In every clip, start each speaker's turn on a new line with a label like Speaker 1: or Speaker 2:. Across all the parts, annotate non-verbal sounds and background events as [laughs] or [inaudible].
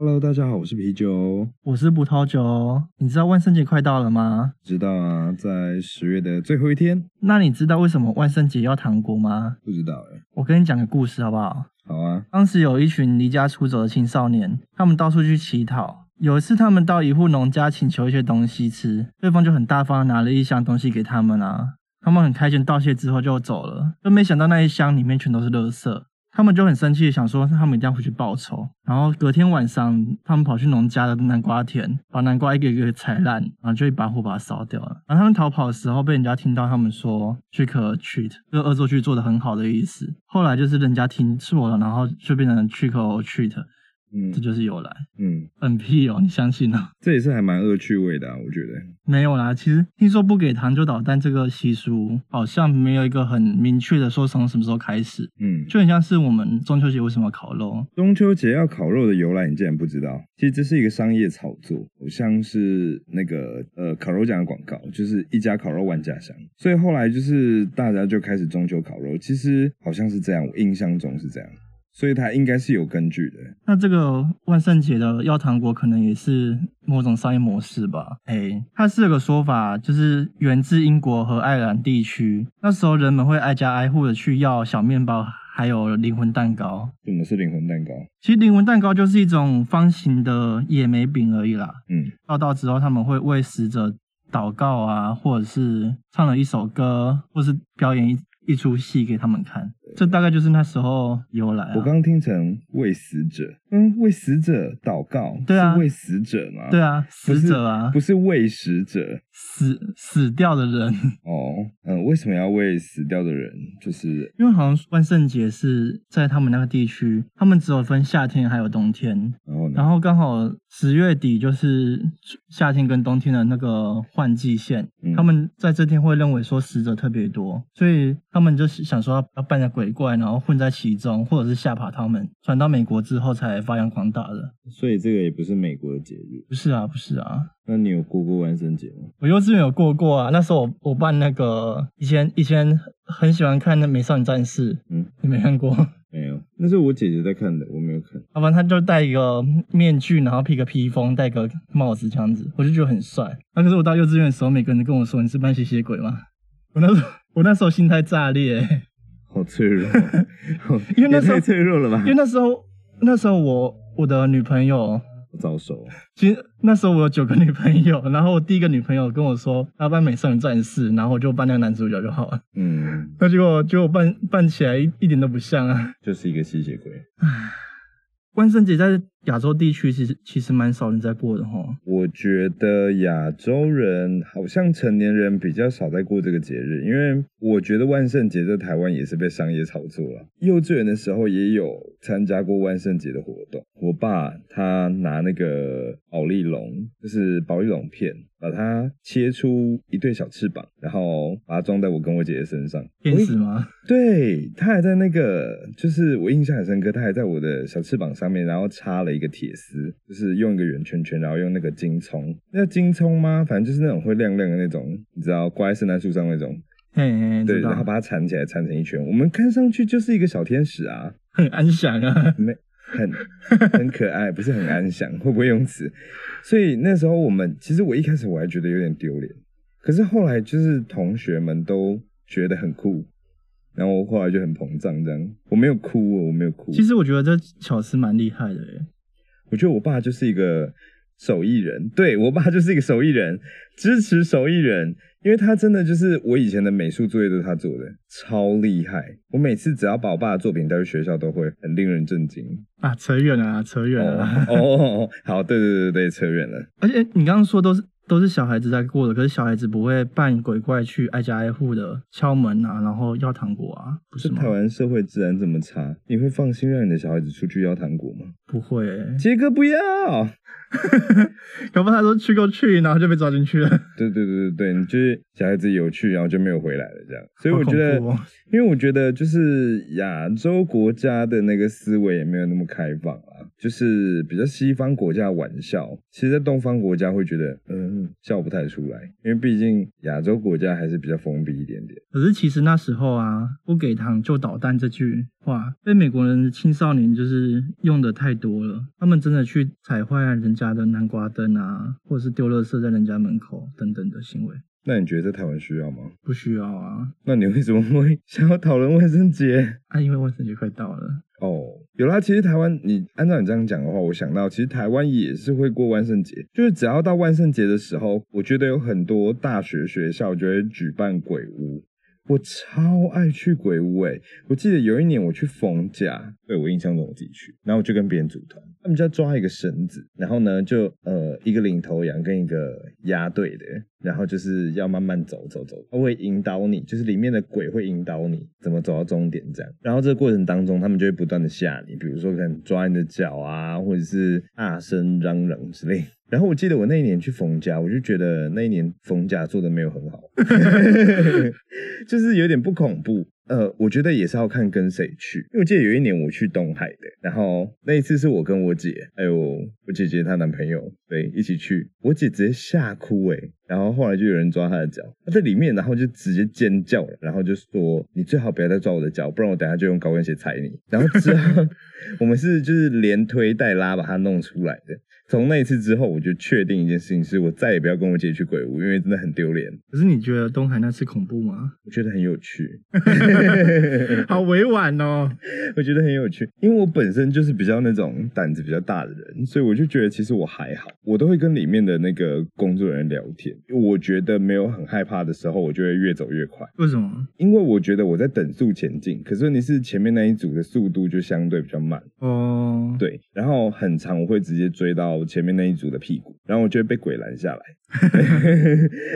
Speaker 1: Hello，大家好，我是啤酒。
Speaker 2: 我是葡萄酒。哦你知道万圣节快到了吗？
Speaker 1: 知道啊，在十月的最后一天，
Speaker 2: 那你知道为什么万圣节要糖果吗？
Speaker 1: 不知道哎、
Speaker 2: 我跟你讲个故事好不好？
Speaker 1: 好啊，
Speaker 2: 当时有一群离家出走的青少年，他们到处去乞讨。有一次，他们到一户农家请求一些东西吃，对方就很大方地拿了一箱东西给他们啊。他们很开心道谢之后就走了，就没想到那一箱里面全都是垃圾。他们就很生气，想说他们一定要回去报仇。然后隔天晚上，他们跑去农家的南瓜田，把南瓜一个一个踩烂，然后就一把火把它烧掉了。然后他们逃跑的时候，被人家听到他们说 “trick or treat”，这个恶作剧做的很好的意思。后来就是人家听错了，然后就变成 “trick or treat”，
Speaker 1: 嗯
Speaker 2: 这就是由来。
Speaker 1: 嗯，
Speaker 2: 很屁哦，你相信哦？
Speaker 1: 这也是还蛮恶趣味的、啊，我觉得。
Speaker 2: 没有啦，其实听说不给糖就捣蛋这个习俗，好像没有一个很明确的说从什么时候开始，
Speaker 1: 嗯，
Speaker 2: 就很像是我们中秋节为什么要烤肉，
Speaker 1: 中秋节要烤肉的由来，你竟然不知道？其实这是一个商业炒作，好像是那个呃烤肉酱的广告，就是一家烤肉万家香。所以后来就是大家就开始中秋烤肉，其实好像是这样，我印象中是这样，所以它应该是有根据的。
Speaker 2: 那这个万圣节的要糖果可能也是某种商业模式吧？哎，它是有个说法，就是源自英国和爱尔兰地区，那时候人们会挨家挨户的去要小面包，还有灵魂蛋糕。
Speaker 1: 什么是灵魂蛋糕？
Speaker 2: 其实灵魂蛋糕就是一种方形的野莓饼而已啦。
Speaker 1: 嗯
Speaker 2: 报道之后，他们会为死者祷告啊，或者是唱了一首歌，或是表演一一出戏给他们看。这大概就是那时候由来、啊。
Speaker 1: 我刚听成为死者，嗯，为死者祷告，
Speaker 2: 对啊
Speaker 1: 是为死者吗？
Speaker 2: 对啊，
Speaker 1: 不
Speaker 2: 死
Speaker 1: 是，
Speaker 2: 者啊，
Speaker 1: 不是为死者
Speaker 2: 死死掉的人， [laughs]
Speaker 1: 哦，嗯，为什么要为死掉的人？就是
Speaker 2: 因为好像万圣节是在他们那个地区，他们只有分夏天还有冬天，
Speaker 1: 然后呢？
Speaker 2: 然后刚好十月底就是夏天跟冬天的那个换季线，
Speaker 1: 嗯
Speaker 2: 他们在这天会认为说死者特别多，所以他们就是想说要扮个鬼怪，然后混在其中，或者是吓跑他们。传到美国之后才发扬光大的，
Speaker 1: 所以这个也不是美国的节日。
Speaker 2: 不是啊，不是啊。
Speaker 1: 那你有过过万圣节吗？
Speaker 2: 我幼稚园有过过啊，那时候我我扮那个以前以前很喜欢看那《美少女战士》，
Speaker 1: 嗯，
Speaker 2: 你没看过？
Speaker 1: 没有，那是我姐姐在看的，我没有看。
Speaker 2: 要不然他就戴一个面具，然后披个披风，戴个帽子这样子，我就觉得很帅。那、可是我到幼稚园的时候，每个人都跟我说你是扮吸血鬼吗？我那时候我那时候心态炸裂、
Speaker 1: 好脆弱，
Speaker 2: [laughs] 因为那
Speaker 1: 也
Speaker 2: 时候
Speaker 1: 太脆弱了吧
Speaker 2: 因？为那时候那时候我我的女朋友，
Speaker 1: 早熟，
Speaker 2: 其实那时候我有九个女朋友，然后我第一个女朋友跟我说她要扮美少女战士，然后我就扮那个男主角就好了。
Speaker 1: 嗯，
Speaker 2: 那结果结果扮扮起来一一点都不像啊。
Speaker 1: 就是一个吸血鬼。
Speaker 2: 万圣节在亚洲地区其实其实蛮少人在过的哈。
Speaker 1: 我觉得亚洲人好像成年人比较少在过这个节日，因为我觉得万圣节在台湾也是被商业炒作了。幼稚园的时候也有参加过万圣节的活动，我爸他拿那个宝丽龙，就是宝丽龙片，把它切出一对小翅膀，然后把它装在我跟我姐姐身上。
Speaker 2: 天使吗？
Speaker 1: 对，他还在那个，就是我印象很深刻，他还在我的小翅膀上面，然后插了一个铁丝，就是用一个圆圈圈，然后用那个金葱，那叫金葱吗？反正就是那种会亮亮的那种，你知道，挂在圣诞树上那种。
Speaker 2: 嘿嘿，
Speaker 1: 对，
Speaker 2: 知道
Speaker 1: 然后把它缠起来，缠成一圈，我们看上去就是一个小天使啊，
Speaker 2: 很安详啊。 [laughs]
Speaker 1: 没很 [laughs] 很可爱，不是很安详，会不会用词？所以那时候我们，其实我一开始我还觉得有点丢脸，可是后来就是同学们都觉得很酷，然后后来就很膨胀这样。我没有哭哦，我没有哭。
Speaker 2: 其实我觉得这巧思蛮厉害的耶，
Speaker 1: 我觉得我爸就是一个手艺人，对我爸就是一个手艺人，支持手艺人，因为他真的就是我以前的美术作业都是他做的，超厉害。我每次只要把我爸的作品带去学校，都会很令人震惊。
Speaker 2: 啊，扯远了啊， [laughs] 扯远了啊、
Speaker 1: 哦哦哦哦，好，对对对对，扯远了。
Speaker 2: 而且你刚刚说都是都是小孩子在过的，可是小孩子不会扮鬼怪去挨家挨户的敲门啊，然后要糖果啊，不是
Speaker 1: 就
Speaker 2: 吗
Speaker 1: 台？湾社会治安这么差，你会放心让你的小孩子出去要糖果吗？
Speaker 2: 不会耶，
Speaker 1: 杰哥不要。
Speaker 2: 搞不好他说去过去，然后就被抓进去了，
Speaker 1: 对对对对对，你就是小孩子有趣，然后就没有回来了这样。所以
Speaker 2: 好
Speaker 1: 我觉得，
Speaker 2: 恐怖哦
Speaker 1: 因为我觉得就是亚洲国家的那个思维也没有那么开放啊，就是比较西方国家的玩笑，其实在东方国家会觉得嗯笑不太出来，因为毕竟亚洲国家还是比较封闭一点点。
Speaker 2: 可是其实那时候啊，不给糖就捣蛋这句话，被美国人的青少年就是用的太多了，他们真的去踩坏人家的南瓜灯啊，或者是丢垃圾在人家门口等等的行为，
Speaker 1: 那你觉得在台湾需要吗？
Speaker 2: 不需要啊。
Speaker 1: 那你为什么会想要讨论万圣节？
Speaker 2: 啊，因为万圣节快到了，
Speaker 1: [laughs] 哦，有啦，其实台湾，你按照你这样讲的话，我想到其实台湾也是会过万圣节，就是只要到万圣节的时候，我觉得有很多大学学校就会举办鬼屋。我超爱去鬼屋欸诶、我记得有一年我去逢甲，对我印象中我自己去，然后我就跟别人组团，他们就要抓一个绳子，然后呢就呃一个领头羊跟一个押队的，然后就是要慢慢走走走，他会引导你，就是里面的鬼会引导你怎么走到终点这样。然后这个过程当中，他们就会不断的吓你，比如说可能抓你的脚啊，或者是大声嚷嚷之类。然后我记得我那一年去冯家，我就觉得那一年冯家做的没有很好，就是有点不恐怖。呃，我觉得也是要看跟谁去，因为我记得有一年我去东海的，然后那一次是我跟我姐，还有我姐姐她男朋友，对，一起去，我姐直接吓哭诶、然后后来就有人抓她的脚，她在里面，然后就直接尖叫了，然后就说你最好不要再抓我的脚，不然我等下就用高跟鞋踩你。然后之后我们是就是连推带拉把她弄出来的。从那一次之后，我就确定一件事情，是我再也不要跟我姐去鬼屋，因为真的很丢脸。
Speaker 2: 可是你觉得东海那次恐怖吗？
Speaker 1: 我觉得很有趣，
Speaker 2: 好委婉哦。
Speaker 1: 我觉得很有趣，因为我本身就是比较那种胆子比较大的人，所以我就觉得其实我还好，我都会跟里面的那个工作人员聊天。我觉得没有很害怕的时候，我就会越走越快，
Speaker 2: 为什么？
Speaker 1: 因为我觉得我在等速前进，可是问题是前面那一组的速度就相对比较慢，
Speaker 2: 哦，，
Speaker 1: 对，然后很长我会直接追到前面那一组的屁股，然后我就会被鬼拦下来，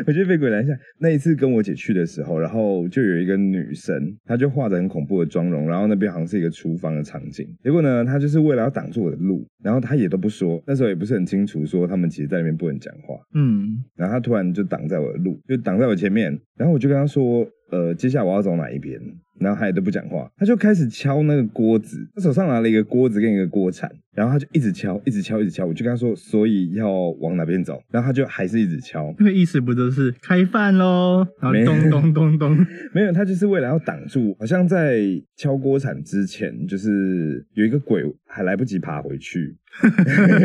Speaker 1: 我就会被鬼拦下。那一次跟我姐去的时候，然后就有一个女生，她就化着很恐怖的妆容，然后那边好像是一个厨房的场景。结果呢，她就是为了要挡住我的路，然后她也都不说，那时候也不是很清楚说他们其实在那边不能讲话，
Speaker 2: 嗯，
Speaker 1: 然后他突然就挡在我的路，就挡在我前面，然后我就跟他说，呃，接下来我要走哪一边？然后他也都不讲话，他就开始敲那个锅子，他手上拿了一个锅子跟一个锅铲，然后他就一直敲，一直敲，一直敲，我就跟他说，所以要往哪边走？然后他就还是一直敲，
Speaker 2: 那个意思不就是开饭喽？然后
Speaker 1: 没
Speaker 2: 咚咚咚咚，
Speaker 1: 没有，他就是为了要挡住，好像在敲锅铲之前，就是有一个鬼还来不及爬回去。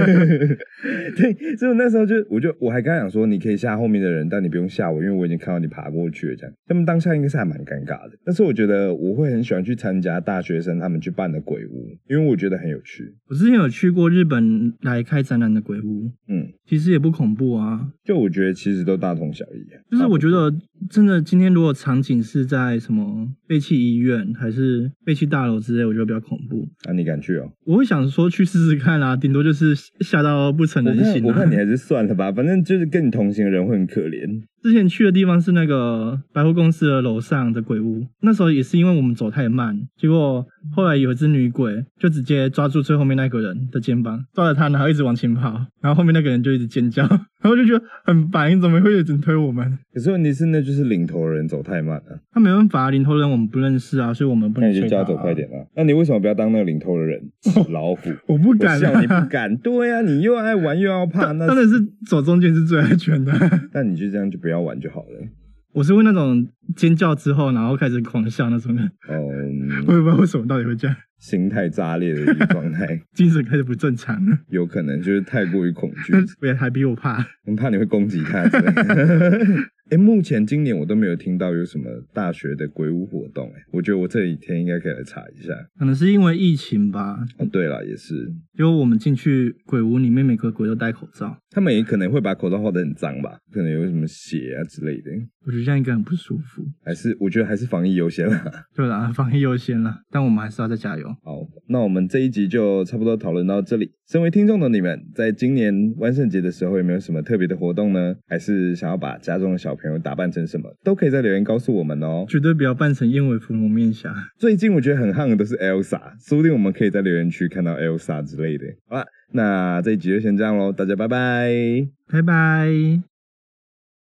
Speaker 1: 对，所以我那时候就，我就我还跟他讲说，你可以吓后面的人，但你不用吓我，因为我已经看到你爬过去了。这样，他们当下应该是还蛮尴尬的。但是我觉得我会很喜欢去参加大学生他们去办的鬼屋，因为我觉得很有趣。
Speaker 2: 我之前有去过日本来开展览的鬼屋，
Speaker 1: 嗯，
Speaker 2: 其实也不恐怖啊。
Speaker 1: 就我觉得其实都大同小异啊。
Speaker 2: 就是我觉得真的，今天如果场景是在什么废弃医院还是废弃大楼之类，我觉得比较恐怖。
Speaker 1: 啊，你敢去哦？
Speaker 2: 我会想说去试试看啦、顶多就是吓到不成
Speaker 1: 我
Speaker 2: 人
Speaker 1: 看
Speaker 2: 形、
Speaker 1: 我
Speaker 2: 啊
Speaker 1: 看。你还是算了吧，反正就是跟你同行的人会很可怜。
Speaker 2: 之前去的地方是那个百货公司的楼上的鬼屋，那时候也是因为我们走太慢，结果后来有一只女鬼就直接抓住最后面那个人的肩膀，抓着他，然后一直往前跑，然后后面那个人就一直尖叫， [laughs] 然后就觉得很烦，你怎么会一直推我们？
Speaker 1: 可是问题是，那就是领头人走太慢了、
Speaker 2: 他没办法，领啊头人我们不认识啊，所以我们不
Speaker 1: 那
Speaker 2: 能
Speaker 1: 你就
Speaker 2: 催他、
Speaker 1: 叫他走快。点啊。那你为什么不要当那个领头的人？老虎，
Speaker 2: 我不
Speaker 1: 我
Speaker 2: 敢、
Speaker 1: 笑你不
Speaker 2: 啊，
Speaker 1: 敢。对呀、你又爱玩又要怕，
Speaker 2: [laughs] 当
Speaker 1: 那
Speaker 2: 然是走中间是最安全的。
Speaker 1: 那你就这样就不要玩就好了。
Speaker 2: [laughs] 我是会那种尖叫之后，然后开始狂笑那种人，我
Speaker 1: 嗯，
Speaker 2: 也不知道为什么到底会这样，
Speaker 1: 心态炸裂的一个状态，
Speaker 2: 精神开始不正常了。
Speaker 1: 有可能就是太过于恐
Speaker 2: [laughs]
Speaker 1: 惧，
Speaker 2: 我也还比我怕。
Speaker 1: 很怕你会攻击他之类
Speaker 2: [laughs]
Speaker 1: 的。哎、目前今年我都没有听到有什么大学的鬼屋活动、诶我觉得我这几天应该可以来查一下。
Speaker 2: 可能是因为疫情吧，
Speaker 1: 哦，对了，也是，
Speaker 2: 因为我们进去鬼屋里面，每个鬼都戴口罩，
Speaker 1: 他们也可能会把口罩画的很脏吧，可能有什么血啊之类的，
Speaker 2: 我觉得这样应该很不舒服。
Speaker 1: 还是我觉得还是防疫优先啦。
Speaker 2: 对啦，防疫优先啦，但我们还是要再加油。
Speaker 1: [laughs] 好，那我们这一集就差不多讨论到这里。身为听众的你们，在今年万圣节的时候有没有什么特别的活动呢？还是想要把家中的小朋友打扮成什么，都可以在留言告诉我们哦。
Speaker 2: 绝对不要扮成燕尾服蒙面侠。
Speaker 1: 最近我觉得很夯的都是 Elsa，说不定我们可以在留言区看到 Elsa 之类的。好啦，那这一集就先这样喽，大家拜拜。
Speaker 2: 拜拜。